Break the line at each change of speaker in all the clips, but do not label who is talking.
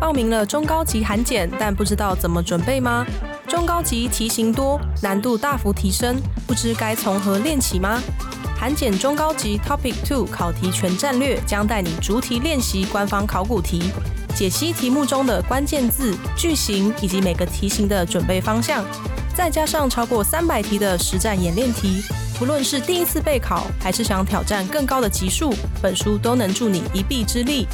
报名了中高级韩检，但不知道怎么准备吗？中高级题型多，难度大幅提升，不知该从何练起吗？韩检中高级 Topic Two 考题全战略将带你逐题练习官方考古题，解析题目中的关键字、句型以及每个题型的准备方向，再加上超过三百题的实战演练题。不论是第一次备考，还是想挑战更高的级数，本书都能助你一臂之力。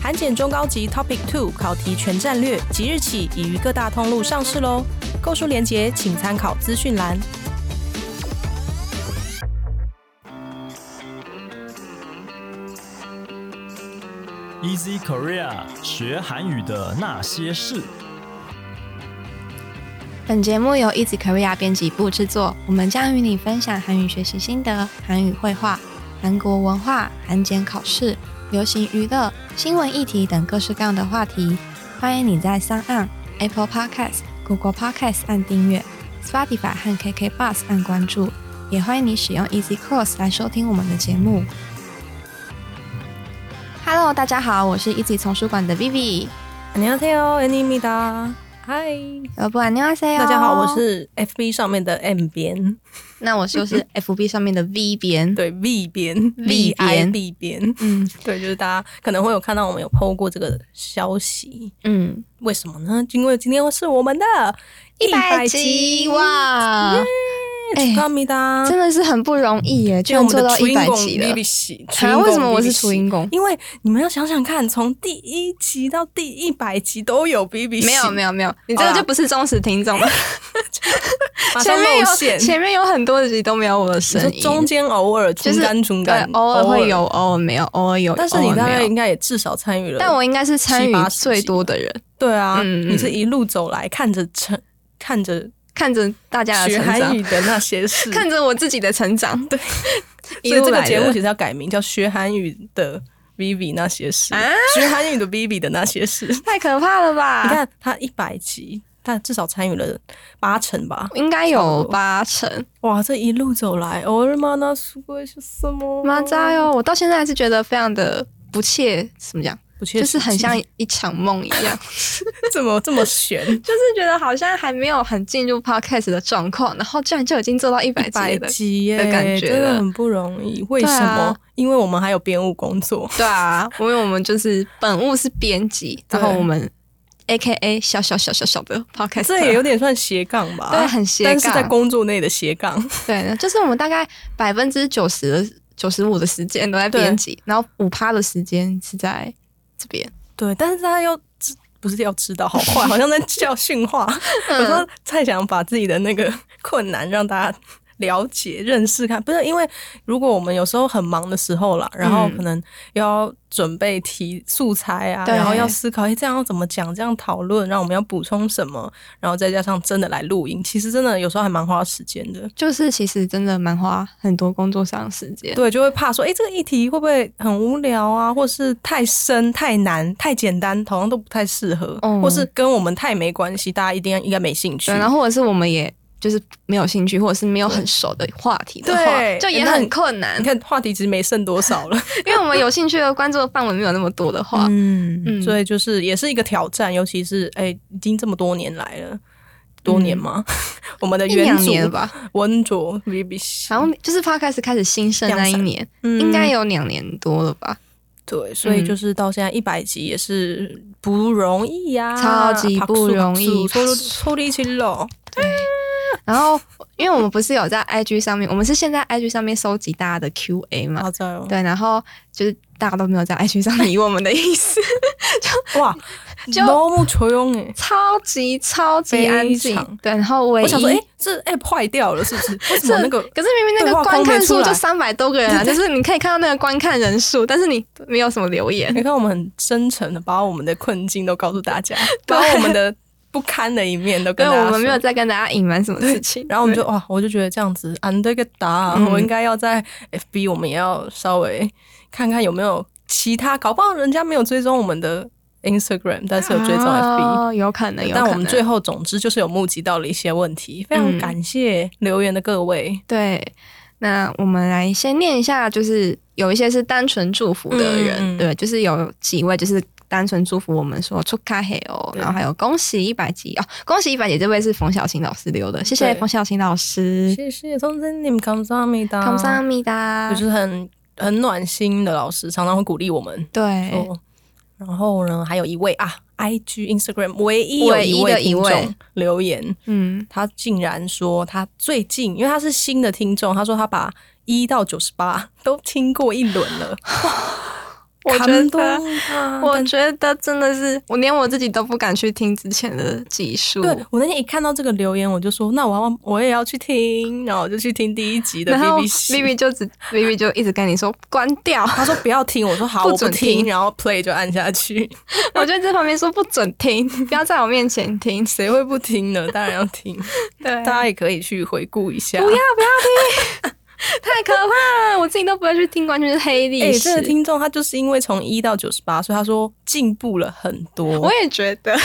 韩检中高级 Topic Two 考题全战略即日起已于各大通路上市喽，购书链接请参考资讯栏。
Easy Korea 学韩语的那些事。
本节目由 Easy Korea 编辑部制作，我们将与你分享韩语学习心得、韩语绘画、韩国文化、韩检考试、流行娱乐、新闻议题等各式各样的话题。欢迎你在三岸 Apple Podcast、Google Podcast 按订阅，Spotify 和 KK Bus 按关注，也欢迎你使用 Easy Course 来收听我们的节目。Hello，大家好，我是 Easy 丛书馆的 Vivi。
안녕하세요 a n i m i 다。嗨，
여러분안녕하세요
大家好，我是 FB 上面的 M 边，
那我就是 FB 上面的 V 边。
对 V 边
V 边
B 边，
嗯
对，就是大家可能会有看到我们有 PO 过这个消息，
嗯，
为什么呢？因为今天是我们的
100集哇
耶！
哎
축하합니다
真的是很不容易耶，居
就我
然
们
做
的
到
雏
一
鹰
百
拱
集了。
BBC，
啊，为什么我是雏鹰工？
因为你们要想想看，从第一集到第一百集都有 BBC，
没有没
有，
有没有，你这个就不是忠实听众了。
马上
前面
露
有
馅，
前面有很多集都没有我的
你说
声音，
中间偶尔
就
中
是
干中
对
干，，
偶尔会有，偶尔没有，偶尔有，
但是你
偶
大
尔
概
没有
应该也至少参与了，
但我应该是参与最多的人，
对啊，
嗯嗯
你是一路走来看着成看 着
看着大家的
学
成
韩
长，
语的那些事，
看着我自己的成长，对，一
所以
路
这个
来
节目
的
其实要改名叫学韩语的 Vivi 那些事，
啊
学韩语的 Vivi 的那些事。
太可怕了吧？
你看他一百集，但至少参与了八成吧。
应该有八成。
哇，这一路走来，我的妈，那是贵是什么？
妈扎哟！我到现在还是觉得非常的不切，怎么讲，
不切
就
实际，
是很像一场梦一样，
怎么这么悬？
就是觉得好像还没有很进入 podcast 的状况，然后居然就已经做到一 百
一
集
百
了。
集耶，
的感觉
真的
了
很不容易。为什
对
么
啊？
因为我们还有编务工 作。
对啊，因为我们就是本务是编辑，然后
对
我们 A K A 小小小小小的 podcast，
这也有点算斜杠吧，
对啊很斜
但
杠
是在工作内的斜 杠，
对，就是我们大概百分之九十的九十五的时间都在
对
编辑，然后五趴的时间是在这边。
对，但是他又知不是要知道好坏，好像在教训话。
嗯
有时候太想把自己的那个 困难让大家了解、认识看，不是因为如果我们有时候很忙的时候啦，
嗯
然后可能又要准备题素材啊，
对
然后要思考，哎、这样要怎么讲，这样讨论，然后我们要补充什么，然后再加上真的来录音，其实真的有时候还蛮花时间的。
就是其实真的蛮花很多工作上的时间。
对，就会怕说，哎、这个议题会不会很无聊啊，或是太深、太难、太简单，好像都不太适合，
嗯
或是跟我们太没关系，大家一定要应该没兴趣。
对，然后或者是我们也就是没有兴趣，或者是没有很熟的话题的话，
对
就也
那
很困难
你，看话题其实没剩多少了，
因为我们有兴趣的关注的范围没有那么多的话，
嗯
嗯
所以就是也是一个挑战，尤其是哎、已经这么多年来了，多年吗？ 我们的
一
原嗯
两
主
年吧，
文卓 BBC，
然后就是他开始开始新生那一
两
年，
嗯
应该有两年多了吧，
对，所以就是到现在一百集也是不容易呀、
超级不容易
抽抽力气喽，
然后因为我们不是有在 IG 上面，我们是现在 IG 上面收集大家的 QA 嘛，
好在哦，
对，然后就是大家都没有在 IG 上理我们的意思，
哇，
就
너무조용해。
超级超级安
非
静
常，
对，然后唯一
我想说，哎、这 app 坏掉了是不是？为什么哦那个
可是明明那
对
个
话框
观看
没出
数就
来
三百多个人啊，就是你可以看到那个观看人数，但是你没有什么留言。
你看，我们很真诚的把我们的困境都告诉大家，
对
把我们的不堪的一面都
对，
跟大家
我们没有
说。
在跟大家隐瞒什么事情。
然后我们就哇，我就觉得这样子，安对个答，
嗯
我应该要在 FB，我们也要稍微看看有没有其他，搞不好人家没有追踪我们的 Instagram，但是有追踪 FB。
哦，有可能，有可
但
能。
我们最后总之就是有募集到了一些问题，非常
嗯
感谢留言的各位。
对，那我们来先念一下，就是有一些是单纯祝福的人，
嗯嗯嗯
对，就是有几位就是单纯祝福我们说“出卡嘿哦”，然后还有恭喜一百集哦，恭喜一百集，这位是冯小琴老师留的，谢谢
对
冯小琴老师，
谢啊谢，从真你们감사합니다，
嗯 감사합니다
就是很很暖心的老师，常常会鼓励我们。
对，
哦，然后呢，还有一位啊，IG Instagram 唯一有
唯一
一位
的一
听
位
众留言，
嗯，
他竟然说他最近，因为他是新的听众，他说他把一到九十八都听过一轮了，
我觉
感动
得，
啊
我觉得真的是，我连我自己都不敢去听之前的集数，
对我那天一看到这个留言，我就说那我要我也要去听，然后我就去听第一集的
然后
BBC。
B B 就只 B B 就一直跟你说关掉，
他说不要听，我说好，
不
我不
准
听，
听
然后 play 就按下去，
我就在旁边说不准听， 不要在我面前听，
谁会不听呢？当然要听，
对，啊
大家也可以去回顾一下。
不要不要听，太可怕了，我自己都不会去听，完全是黑历
哎、
史。
这个听众他就是因为从一到九十八，所以他说进步了很多
我，也觉得，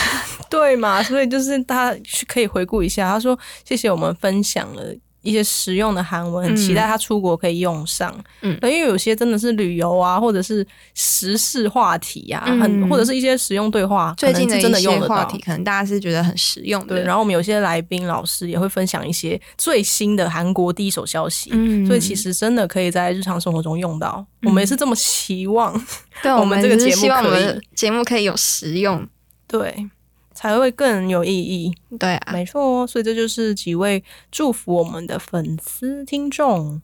对嘛？所以就是大家去可以回顾一下，他说谢谢我们分享了。一些实用的韩文，很期待他出国可以用上。
嗯
因为有些真的是旅游啊，或者是时事话题呀、啊，
嗯
很或者是一些实用对话，
最近
可能
的
是真
一
的
些
用得
话
到
题，。可能大家是觉得很实用的。
对，然后我们有些来宾老师也会分享一些最新的韩国第一手消息，
嗯
所以其实真的可以在日常生活中用到。我们也是这么期望，
对
我
我
们
们
这个
只
节
是
目
希望我
可以
们节目可以有实用。
对，才会更有意义。
对啊，
没错哦，所以这就是几位祝福我们的粉丝听众，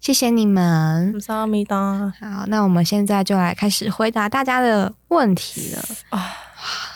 谢谢你们。
萨米达。
好，那我们现在就来开始回答大家的问题了。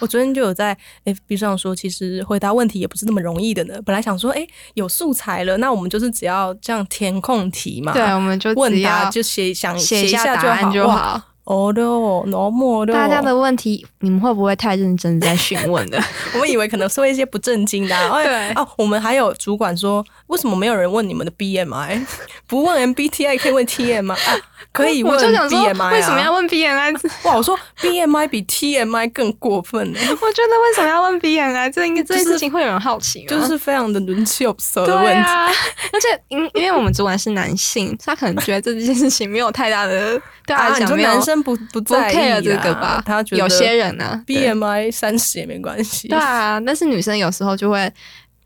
我昨天就有在 FB 上说，其实回答问题也不是那么容易的呢。本来想说，哎、有素材了，那我们就是只要这样填空题嘛，
对，，我们啊就只
问
要
答就写想
写
一
下
下
答案就
好。哇
好。
哦哟，挪莫哟，
大家的问题，你们会不会太认真在询问 的？
我们以为可能是会一些不正经的、啊，哎
对
哦，我们还有主管说，为什么没有人问你们的 BMI？不问 MBTI 可以问 TMI 啊？可以问
我就想说
BMI，、啊、
为什么要？问 BNI？
哇，我说 BMI 比 TMI 更过分、欸，
我觉得为什么要问 BNI？这应该这件
就是
事情会有人好奇吗？
就是非常的人气 u p
对
的问题。
啊， 而且因因为我们主管是男性，他可能觉得这件事情没有太大的对他
啊，
来
你
讲
说
没有
男生不不
不
在意、啊、
care 这个吧？
他觉得
有些人呢
BMI 三十也没关系。
对啊，但是女生有时候就会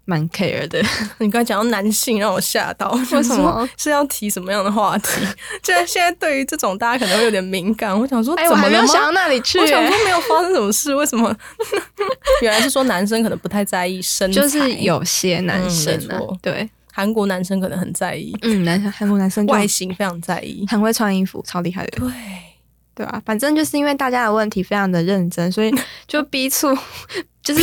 蛮 care 的。
你刚才讲到男性，让我吓到。
为什么？
是要提什么样的话题？ 现在现在对于这种大家可能会有点敏感。我想说，
哎、
怎
我
么
还没有
了吗
想到那里去、
我想
哎
说没有发生什么事，为什么？ 原来是说男生可能不太在意身材，
就是有些男生
嗯
呢、
没错
对，
韩国男生可能很在意
嗯，男生韩国男生就
外形，非常在意。
很会穿衣服，超厉害的。
对，
对啊，反正就是因为大家的问题非常的认真，所以 就逼促， 就是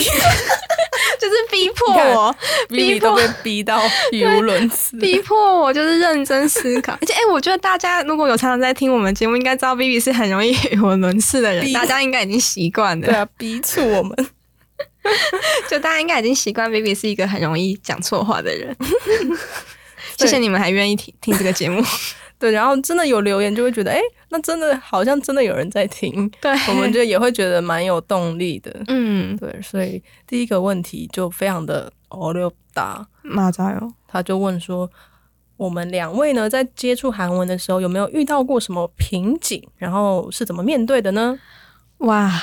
就是逼迫我，
逼
逼
都
迫
被逼到语无伦次。
逼迫我就是认真思考。而且，哎、我觉得大家如果有常常在听我们节目，应该知道 B B 是很容易语无伦次的人，
逼
大家应该已经习惯
对
了。
啊，逼促我们。
就大家应该已经习惯 B B 是一个很容易讲错话的人。谢
对
谢你们还愿意听听这个节目。
对，然后真的有留言就会觉得，哎、那真的好像真的有人在听，
对，
我们就也会觉得蛮有动力的。
嗯，
对，所以第一个问题就非常的哦六大，
马扎哟，
他就问说：“我们两位呢，在接触韩文的时候，有没有遇到过什么瓶颈？然后是怎么面对的呢？
哇，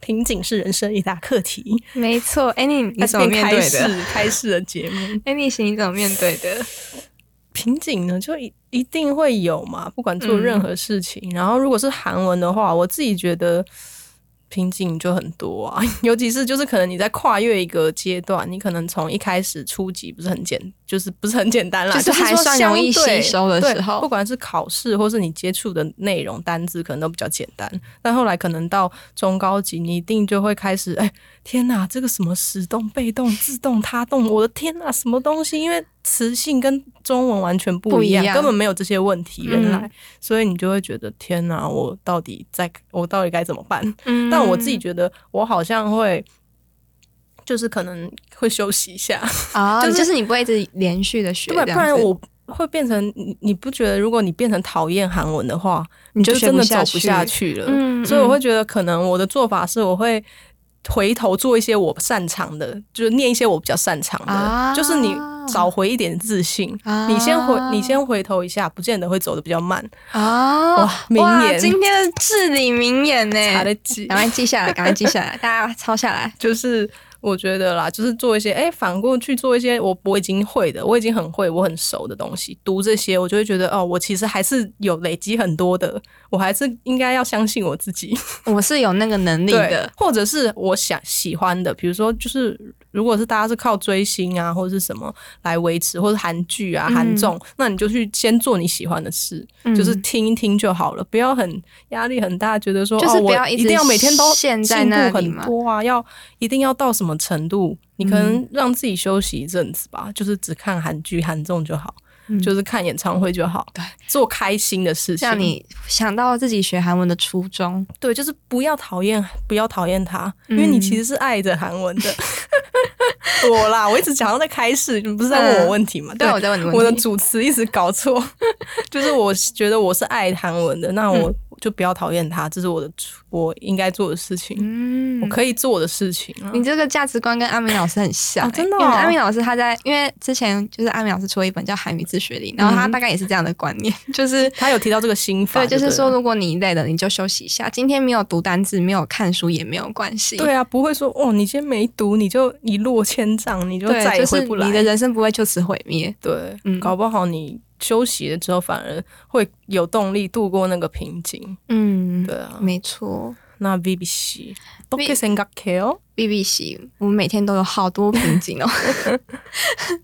瓶颈是人生一大课题。
没 错。哎、你你怎么面
开
对 的？
始开始的节目，
哎、你行，你怎么面对的？
瓶颈呢，就一一定会有嘛，不管做
嗯
任何事情。然后如果是韩文的话，我自己觉得。”瓶颈就很多啊， 尤其是就是可能你在跨越一个阶段，你可能从一开始初级不是很简，就是不是很简单啦，
就是
说
还算容易
相对
吸收的
对
时候
不管是考试或是你接触的内容单字，可能都比较简单。但后来可能到中高级，你一定就会开始，哎，天哪，这个什么使动、被动、自动、他动，我的天哪，什么东西？因为词性跟中文完全不一样，
不一样
根本没有这些问题。原来，
嗯
所以你就会觉得，天哪，我到底在，我到底该怎么办？
嗯
但我自己觉得，我好像会。就是可能会休息一下，
啊，
就
就是是、你不会一直连续的学，
对吧，
这
不
样
然
子
我会变成你，你不觉得如果你变成讨厌韩文的话，
你
就
学
真的走
下
不下。去了。
嗯
所以我会
嗯
觉得，可能我的做法是，我会回头做一些我擅长的，就是念一些我比较擅长的。
啊
就是你找回一点自信。
啊
你先回，你先回头一下，不见得会走的比较慢。
哦，
哇名
哇
言
今天的至理名言呢，
查得记
赶，快记下来，赶快记下来，大家抄下来。
就是我觉得啦，就是做一些，哎、反过去做一些我我已经会的，我已经很会，我很熟的东西，读这些，我就会觉得，哦，我其实还是有累积很多的，我还是应该要相信我自己。
我是有那个能力
对
的，
或者是我想喜欢的，比如说就是如果是大家是靠追星啊或者是什么来维持，或者韩剧啊
嗯
韩综，那你就去先做你喜欢的事，
嗯
就是听一听就好了，不要很压力很大，觉得说
就是
哦
不要
我
一
一
直
定要每天都
陷
进
在那
步
里
很
嘛
多啊，要一定要到什么程度，你可能
嗯
让自己休息一阵子吧，就是只看韩剧韩综就好。
嗯
就是看演唱会就好，
对，
做开心的事情，
嗯像你想到自己学韩文的初衷，
对，就是不要讨厌，不要讨厌他，因为你
嗯
其实是爱着韩文的。 我啦，我一直想要在开始，你不是在问我问题吗？
嗯对我在问你问题
我的主词一直搞错， 就是我觉得我是爱韩文的，
嗯
那我就不要讨厌他，这是我的初我应该做的事情，
嗯
我可以做的事情啊。
你这个价值观跟阿明老师很像、
啊
欸
真的哦
因为阿明老师他在，因为之前就是阿明老师出了一本叫《韩语自学力》，然后他大概也是这样的观念， 就是
他有提到这个心法，
对，就是说
了
如果你累了，你就休息一下，今天没有读单字，没有看书也没有关系，
对啊，不会说哦，你今天没读，你就一落千丈，你就
对，
再也
就是
回不来。
你的人生不会就此毁灭。
对，
嗯
搞不好你休息了之后，反而会有动力度过那个瓶颈。
嗯，
对啊，
没错。
那 BBC
Vi-
Doki 생각해요
BBC，我们每天都有好多瓶 颈哦。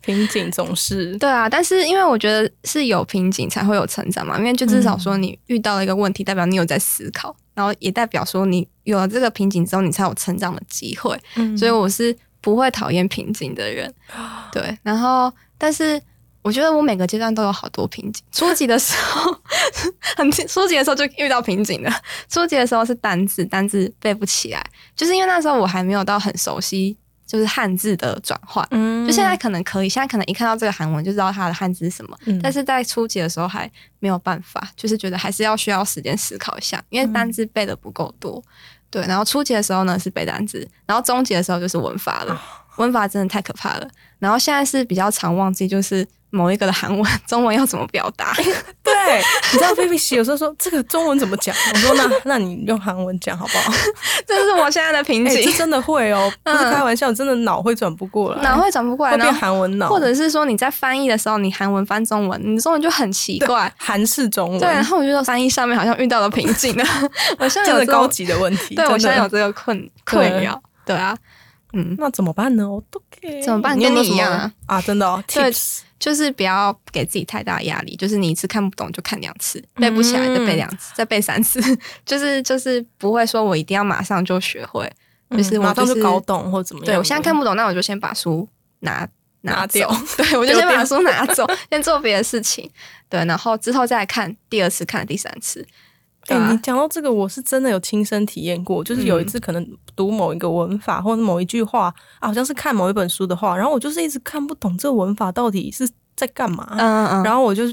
瓶颈总是
对啊，但是因为我觉得是有瓶颈才会有成长嘛，因为就至少说你遇到了一个问题，代表你有在思考，然后也代表说你有了这个瓶颈之后，你才有成长的机会。
嗯
所以我是不会讨厌瓶颈的人。对，然后但是我觉得我每个阶段都有好多瓶颈。初级的时候， 很初级的时候就遇到瓶颈了。初级的时候是单字，单字背不起来，就是因为那时候我还没有到很熟悉，就是汉字的转换。
嗯
就现在可能可以，现在可能一看到这个韩文就知道它的汉字是什么，
嗯
但是在初级的时候还没有办法，就是觉得还是要需要时间思考一下，因为
嗯
单字背的不够多。对，然后初级的时候呢是背单字，然后中级的时候就是文法
哦
了，文法真的太可怕了。然后现在是比较常忘记，就是某一个的韩文、中文要怎么表达。
哎对，你知道 BBC 有时候说这个中文怎么讲，我说那那你用韩文讲好不好？
这是我现在的瓶
哎、这
颈，
真的会哦，不是
嗯
开玩笑，真的脑会转不过来，
脑、会转不过来，
会变
然后
韩文脑，
或者是说你在翻译的时候，你韩文翻中文，你中文就很奇怪。
韩式中文，
对，然后我觉得翻译上面好像遇到了瓶颈了。我现在
真
有
的
这种
高，级的问题。
对我
真
现
的
在有这个困困扰。对啊，嗯，
那怎么办呢？我都可以
怎么办
有没有
跟你一样啊
什么啊，真的哦
对
，tips
就是不要给自己太大压力，就是你一次看不懂就看两次，背不起来再
嗯
背两次，再背三次， 就是就是不会说我一定要马上就学会，就是
嗯
我
马上
就
就是搞。懂或怎么样的。
对我现在看不懂，那我就先把书拿。
拿
走
掉，
对我就
丢
先把
掉
书拿 走，先做别的事情，对，然后之后再来看第二次、看第三次，
哎、
对啊
你讲到这个，我是真的有亲身体验过，就是有一次可能读某一个文法或者某一句话啊，好像是看某一本书的话，然后我就是一直看不懂这文法到底是在干嘛，
嗯嗯嗯，
然后我就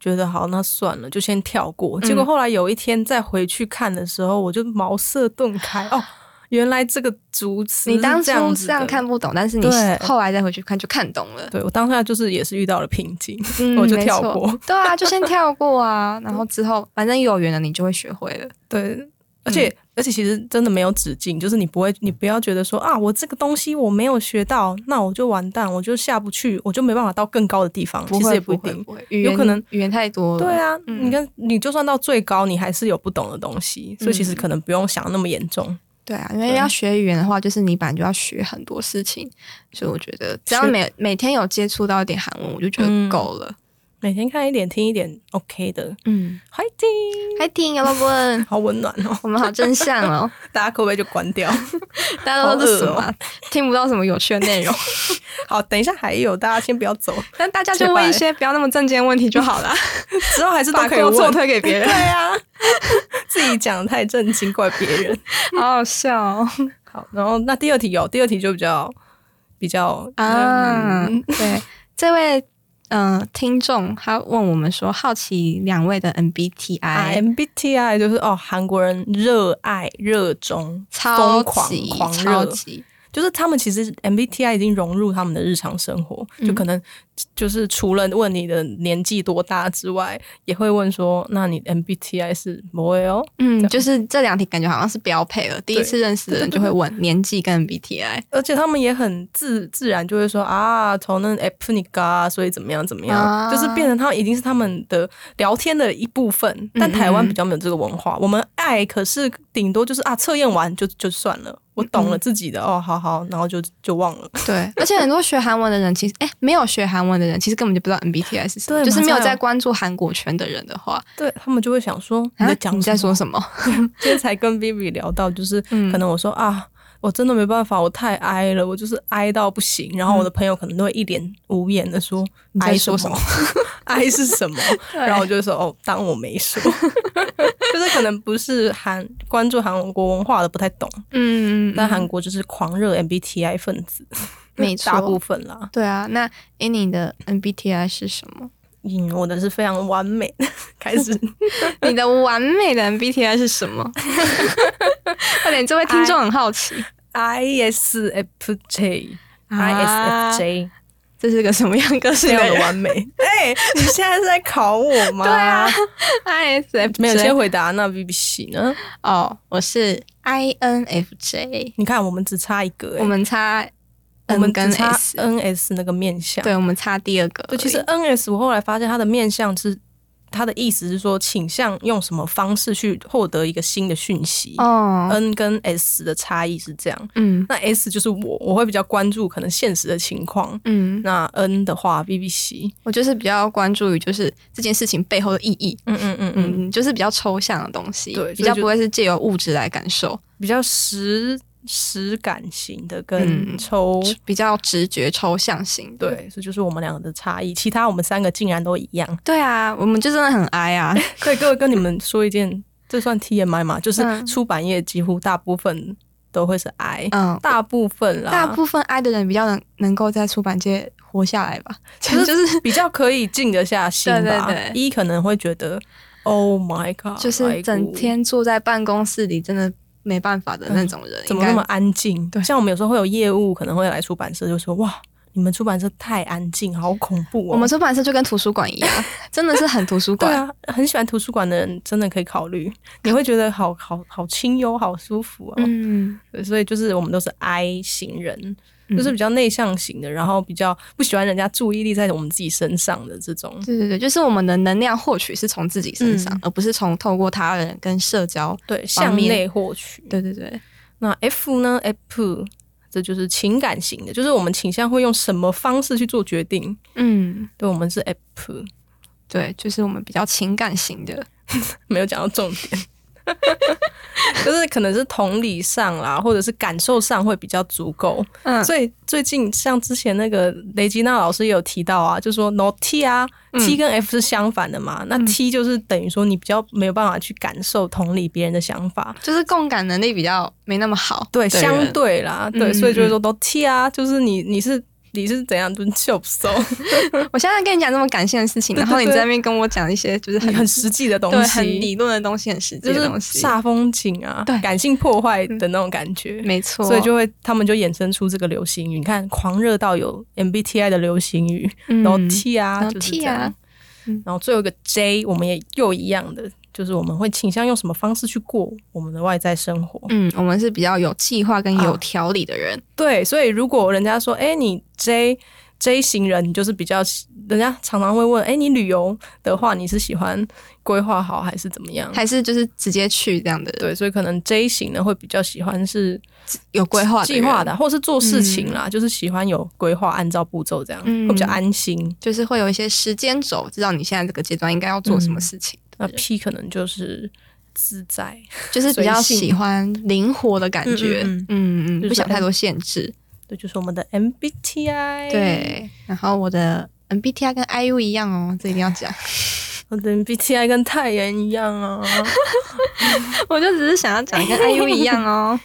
觉得好，那算了，就先跳过。结果后来有一天再回去看的时候，我就茅塞顿开哦，原来这个主词
你
是
当初
这样子
这样
的
看。不懂，但是你
对
后来再回去看就看懂了。
对我当下就是也是遇到了瓶颈，
嗯
我就
没
跳
错
过。
对啊，就先跳过啊，然后之后反正有缘了，你就会学会了。
对，而且、而且其实真的没有止境，就是你不会，你不要觉得说啊，我这个东西我没有学到，那我就完蛋，我就下不去，我就没办法到更高的地方。其实也一定。
不会，语
有
言
可能
语言太多了。
对，啊，
嗯
你跟你就算到最高，你还是有不懂的东西，所以其实
嗯
可能不用想那么严重。
对啊，因为
对
要学语言的话，就是你本来就要学很多事情，所以我觉得只要
是
每每天有接触到一点韩文，我就觉得
嗯
够了。
每天看一点，听一点，OK 的。
嗯，
嗨听，
还挺有了问。
好温暖哦！
我们好正向 哦，
大家可不可以就关掉？
大家都说这是什么
好
啊、听不到什么有趣的内容，
好，等一下还有，大家先不要走，
但大家 就问一些不要那么正经的问题就好 啦，
之后还是都
把
可以
过错
问。
推给别
对
人，
啊， 自己讲得太正经，怪别人。
好好笑、哦。
好，然后那第二题有，哦第二题就比较比较
啊，
嗯
对， 这位嗯、呃听众他问我们说，好奇两位的
啊
MBTI
MBTI 就是哦，韩国人热爱、热衷、
超
疯狂
级、
狂
超
热，
级，
就是他们其实 MBTI 已经融入他们的日常生活，
嗯
就可能就是除了问你的年纪多大之外，也会问说，那你 MBTI 是某位哦？
嗯，就是这两题感觉好像是标配了。第一次认识的人就会 问年纪跟 MBTI，
而且他们也很自自然就会说啊，从那 a p n i c a 所以怎么样怎么样，
啊
就是变成他们已经是他们的聊天的一部分。
嗯
但台湾比较没有这个文化，我们爱可是顶多就是啊，测验完就就算了，我
嗯
懂了自己的、哦，好好，然后就就忘了。
对。而且很多学韩文的人，其实哎、没有学韩文的人，其实根本就不知道 MBTI 是什么。
对
就是没
马
有
上
在关注韩国圈的人的话，
对他们就会想说你
啊
在讲、
你在 说什么？
今天才跟 Vivi 聊到，就是
嗯
可能我说、啊，我真的没办法，我太哀了，我就是哀到不行。然后我的朋友可能都会一脸无言的说，
你在
哀
说
么？ 哀是什么？
对
然后我就说哦，当我没说， 就是可能不是韩关注韩国文化的不太懂，
嗯，
但韩国就是狂热 MBTI 分子，
没错
大部分啦。
对啊。那 Annie 的 MBTI 是什么？
嗯，我的是非常完美 的，开始
你的完美的 MBTI 是什 么？快点，这位听众很好奇。
ISFJ。
啊
ISFJ、
这是个什么样个
这
性
样
的
的
人
完美，哎、你现在是在考我吗？
对啊？ISFJ
没有先回答那 BBC 呢？
哦，我是 INFJ，
你看，我们只差一个、哎
我们差
我
N
们
跟
只差
S，
NS 那个面相。
对，我们差第二个
对，
而已。
其实 NS 我后来发现它的面相是它的意思是说倾向用什么方式去获得一个新的讯息。
哦，
N 跟 S 的差异是这样，
嗯
那 S 就是我，我会比较关注可能现实的情况。
嗯，
那 N 的话，BBC，
我就是比较关注于就是这件事情背后的意义，
嗯嗯嗯嗯，
嗯，就是比较抽象的东西，
对所以
比较
就
不会是借由物质来感受，
比较实实感型的跟
嗯
抽，
比较直觉抽象型。，
对，这就是我们两个的差异。其他我们三个竟然都一样。
对啊，我们就真的很哀 啊，
对，各位跟你们说一件，这算 TMI 嘛？就是
嗯
出版业几乎大部分都会是 I，、
嗯，
大部分啦，
大部分哀的人比较能能够在出版界活下来吧，
可
就是是
比较可以静得下心
对对
吧。
对
一可能会觉得，Oh my God，
就是整天坐在办公室里真的没办法的嗯那种人，
排骨怎
应
么
该
那么安静？
对
像我们有时候会有业务，可能会来出版社，就说哇。你们出版社太安静，好恐怖哦！
我们出版社就跟图书馆一 样，真的是很图书
对
馆。
啊，很喜欢图书馆的人真的可以考虑，你会觉得好好好清幽，好舒服哦。
嗯，
对所以就是我们都是 I 型人，
嗯
就是比较内向型的，然后比较不喜欢人家注意力在我们自己身上的这种。
对对对，就是我们的能量获取是从自己身上，
嗯
而不是从透过他人跟社交。
对，
方
向
面
内获取。
对对对，
那 F 呢？F 这就是情感型的，就是我们倾向会用什么方式去做决定。
嗯，
对，我们是 F，
对，就是我们比较情感型的。
没有讲到重点， 就是可能是同理上啦，或者是感受上会比较足够。
嗯，
所以最近像之前那个雷吉娜老师也有提到啊，就说 no T 啊、t
嗯
跟 F 是相反的嘛，那 T 就是等于说你比较没有办法去感受同理别人的想法。
就是共感能力比较没那么好。
对，
的人
相对啦，对，
嗯
所以就是说 no T 啊，就是你你是你是怎样，就是 c h o p so，
我现在跟你讲这么感性的事情，
对对
然后你
对
在那边跟我讲一些就是
你
很
很实际的东
对很
西，
理论的东西，很实际
就
的
是
东西。
煞风景啊，
对嗯
感性破坏的那种感觉。
没错，
所以就会，他们就衍生出这个流行语。你看，狂热到有 MBTI 的流行语，
嗯
然后 T 啊，
然后
就是这
T 啊
样。
嗯
然后最后一个 J，我们也又一样的，就是我们会倾向用什么方式去过我们的外在生活。
嗯，我们是比较有计划跟有
啊
条理的人。
对，所以如果人家说，哎，你 J J 型人，你就是比较，人家常常会问，哎，你旅游的话，你是喜欢规划好还是怎么样？
还是就是直接去这样的人，
对，所以可能 J 型呢会比较喜欢是
有规划
计划的，嗯
人，
或是做事情啦，就是喜欢有规划，按照步骤这样，会比较
嗯
安心。
就是会有一些时间轴，知道你现在这个阶段应该要做
嗯
什么事情，
那 P 可能就是自在，
就是比较
随性
喜欢灵活的感觉，
嗯
嗯嗯
就是
不想太多限制。
对，就是我们的 MBTI。，
对，然后我的 MBTI 跟 IU 一样哦，这一定要 讲。
我的 MBTI 跟太原一样啊，
我就只是想要讲跟 IU 一样哦。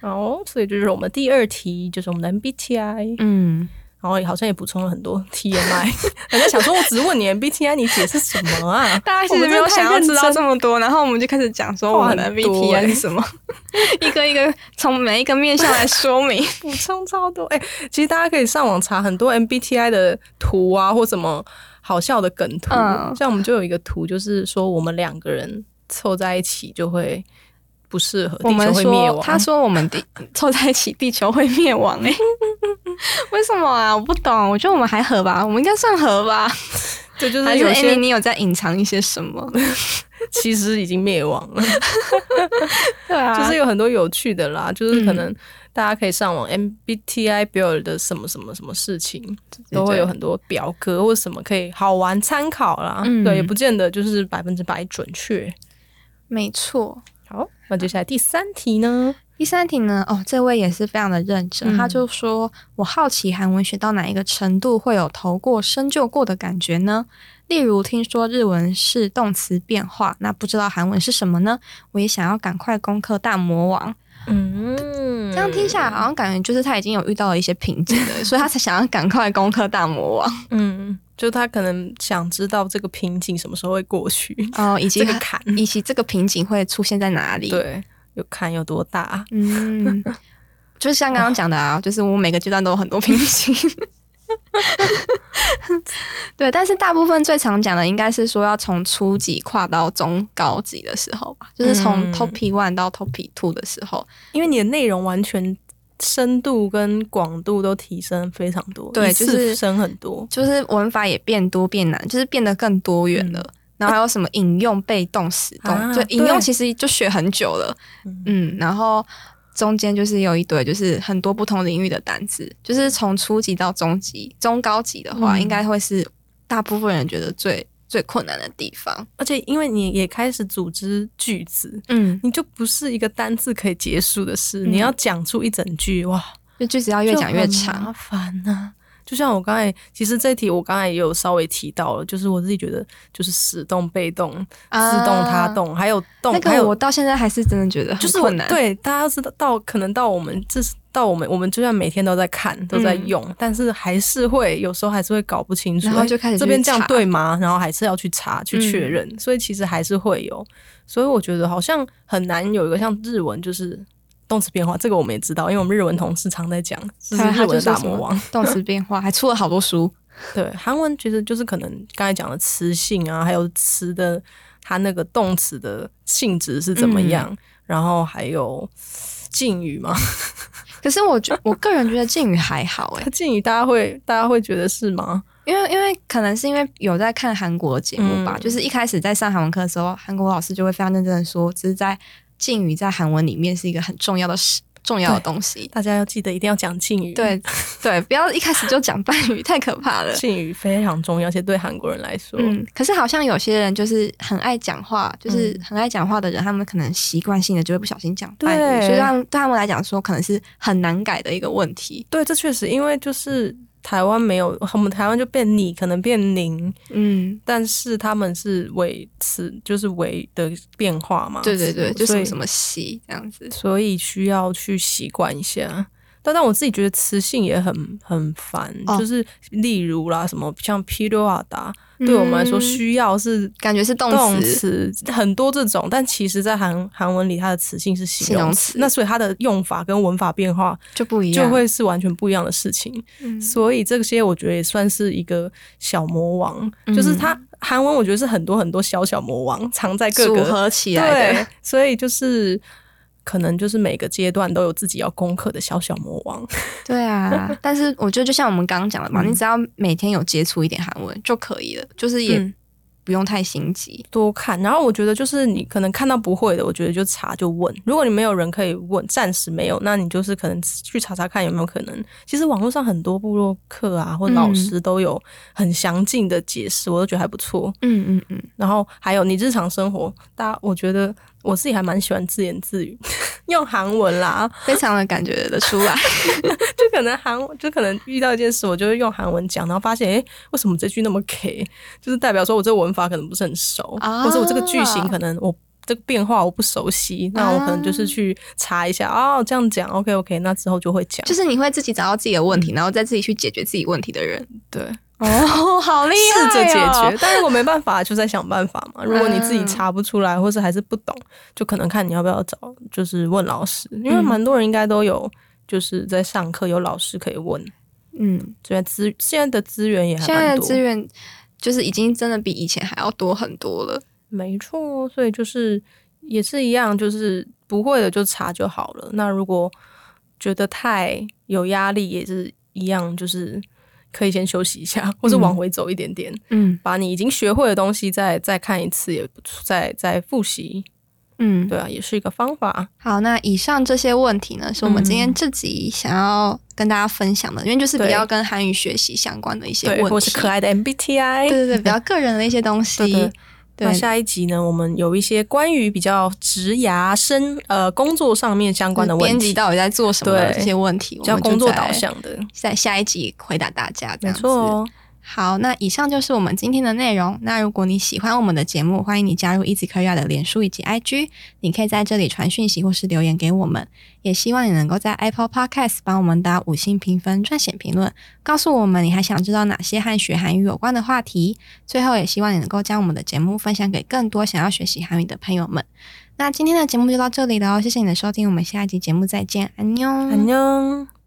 哦，所以这就是我们的第二题，就是我们的 MBTI。
嗯，
然后好像也补充了很多 TMI。人家 想说，我只问你 MBTI，你解释什么啊？
大家
我
其实
们
没有
真的太
想要
认
知道
真
这么多，然后我们就开始讲说我们的
话很多
VTN
欸
是什么， 一个一个从每一个面向来说明。
补充超多。哎、其实大家可以上网查很多 MBTI 的图啊，或什么好笑的梗图。
嗯
像我们就有一个图，就是说我们两个人凑在一起就会不适合，
我
地球
们
会灭
说，
亡。啊
他说我们地凑在一起，地球会灭亡哎、欸 为什么啊？我不懂，我觉得我们还合吧，我们应该算合吧？
这就
还
是
是
有
Annie，
些
你有在隐藏一些什么？
其实已经灭亡了，
对啊，嗯
就是有很多有趣的啦，就是可能大家可以上网 MBTI Build 的什么什么什么事情，都会有很多表格或什么可以好玩参考啦。
嗯
对，也不见得就是百分之百准确。
没错。
好，那接下来第三题呢？
第三题呢？哦，这位也是非常的认
嗯
真，他就说：“我好奇韩文学到哪一个程度会有投过、深究过的感觉呢？例如，听说日文是动词变化，那不知道韩文是什么呢？我也想要赶快攻克大魔王。
嗯，
这样听下来，好像感觉就是他已经有遇到了一些瓶颈 了，所以他才想要赶快攻克大魔王。
嗯，就他可能想知道这个瓶颈什么时候会过去，
哦，以 及
这个坎，
以及这个瓶颈会出现在哪里？，
对，有坎有多大？
嗯， 就像刚刚讲的啊，就是我每个阶段都有很多瓶颈。对，但是大部分最常讲的应该是说要从初级跨到中高级的时候吧，就是从
嗯
top one 到 top two 的时候，
因为你的内容完全深度跟广度都提升非常多，
对
一次
就是
升很多。
就是文法也变多变难，就是变得更多元了。然后还有什么引用被动、死动？
嗯啊
就引用
对
其实就学很久了，
嗯
嗯，然后中间就是有一堆就是很多不同领域的单词，就是从初级到中级、中高级的话，
嗯
应该会是大部分人觉得最最困难的地方。
而且因为你也开始组织句子，
嗯，
你就不是一个单字可以结束的事，
嗯
你要讲出一整句，哇，
就句子要越讲越
就很麻
长。
烦呐、就像我刚才，其实这一题我刚才也有稍微提到了，就是我自己觉得，就是使动、被动、
啊
自动、他动，还有动，
那
还
个
有
我到现在还是真的觉得很
就是我
困难。，
对大家知道到可能到我们这是到我们我们就算每天都在看都在用，但是还是会有时候还是会搞不清楚，
嗯然后就开始
诶这
去
边这样
查
对吗？然后还是要去查去确
嗯
认，所以其实还是会有，所以我觉得好像很难有一个像日文就是。动词变化，这个我们也知道，因为我们日文同事常在讲，这是
啊他
日
他
文
就
的
说
大
什
魔
么
王。
动词变化，还出了好多书。
对，韩文其实就是可能刚才讲的词性啊，还有词的它那个动词的性质是怎么样，
嗯
然后还有敬语嘛，
可是我觉 我个人觉得敬语还好哎、
敬语大家会大家会觉得是吗？
因为因为可能是因为有在看韩国的节目吧，
嗯
就是一开始在上韩文课的时候，韩国老师就会非常认真的说，这是在敬语在韩文里面是一个很重要的事，重要的东西。
大家要记得一定要讲敬语，，
对对，不要一开始就讲半语，太可怕 了。
敬语非常重要，而且对韩国人来说，
嗯，可是好像有些人就是很爱讲话，就是很爱讲话的人，他们可能习惯性的就会不小心讲半语，
对
所以对他们对他们来讲说，可能是很难改的一个问题。
对，这确实因为就是台湾没有，我们台湾就变你，可能变您，
嗯，
但是他们是为词，就是为的变化嘛，
对对对，就
所
什
以
么什么西这样子。
所以需要去习惯一下。但但我自己觉得词性也很很烦，
哦
就是例如啦，什么像 p i r o a d a 对我们来说
嗯
需要是
感觉是动
动
词
词，很多这种，但其实在韩韩文里它的词性是形
形容
容
词
词，那所以它的用法跟文法变化
就不一样，
就会是完全不一样的事情。
嗯
所以这些我觉得也算是一个小魔王，
嗯
就是它韩文我觉得是很多很多小小魔王藏在各
组
个
合起来
对
的。，
所以就是可能就是每个阶段都有自己要攻克的小小魔王。
对啊，但是我觉得就像我们刚刚讲的嘛，
嗯
你只要每天有接触一点韩文就可以了，就是也
嗯
不用太心急。
多看，然后我觉得就是你可能看到不会的，我觉得就查就问。如果你没有人可以问，暂时没有，那你就是可能去查查看有没有可能。其实网络上很多部落客啊或老师都有很详尽的解释，我都觉得还不错。
嗯嗯嗯，
然后还有你日常生活，大家我觉得我自己还蛮喜欢自言自语， 用韩文啦，
非常的感觉得出来。
就可能韩，就可能遇到一件事，我就会用韩文讲，然后发现，诶，为什么这句那么 K？就是代表说我这文法可能不是很熟，
啊
或者我这个句型可能我这个变化我不熟悉，那我可能就是去查一下，哦，这样讲，OK OK，那之后就会讲
就。是你会自己找到自己的问题，然后再自己去解决自己问题的人。
对，
哦， 好厉
试着解
哦
决，但如果没办法，就再想办法 嘛。如果你自己查不出来，或是还是不懂，就可能看你要不要找，就是问老师，因为蛮多人应该都有，就是在上课有老师可以问。
嗯，
现在资现在的资源也还
现在
蛮
的
多，
资源就是已经真的比以前还要多很多了。
没错，所以就是也是一样，就是不会的就查就好了。那如果觉得太有压力，也是一样，就是可以先休息一下，或是往回走一点点，
嗯
把你已经学会的东西再再看一次，也不错再再复习，
嗯，
对啊，也是一个方法。
好，那以上这些问题呢，是我们今天
嗯
这集想要跟大家分享的，因为就是比
对
较跟韩语学习相关的一些
对，
问
或
题，
是可爱的
对
MBTI。
对对，比较个人的一些东西。
对对
对
那下一集呢，我们有一些关于比较职涯生呃工作上面相关的
就是
问
嗯编辑
题，
到底在做什么的
对
这些问题，
比
我
较
们就
工作
在
导，向的，
在下一集回答大家。这
没
样子
错哦。
好，那以上就是我们今天的内容。那如果你喜欢我们的节目，欢迎你加入 Easy Korea 的脸书以及 IG，你可以在这里传讯息或是留言给我们。也希望你能够在 Apple Podcast 帮我们打五星评分、撰写评论，告诉我们你还想知道哪些和学韩语有关的话题。最后，也希望你能够将我们的节目分享给更多想要学习韩语的朋友们。那今天的节目就到这里了哦，谢谢你的收听，我们下一集节目再见，安妞，
안녕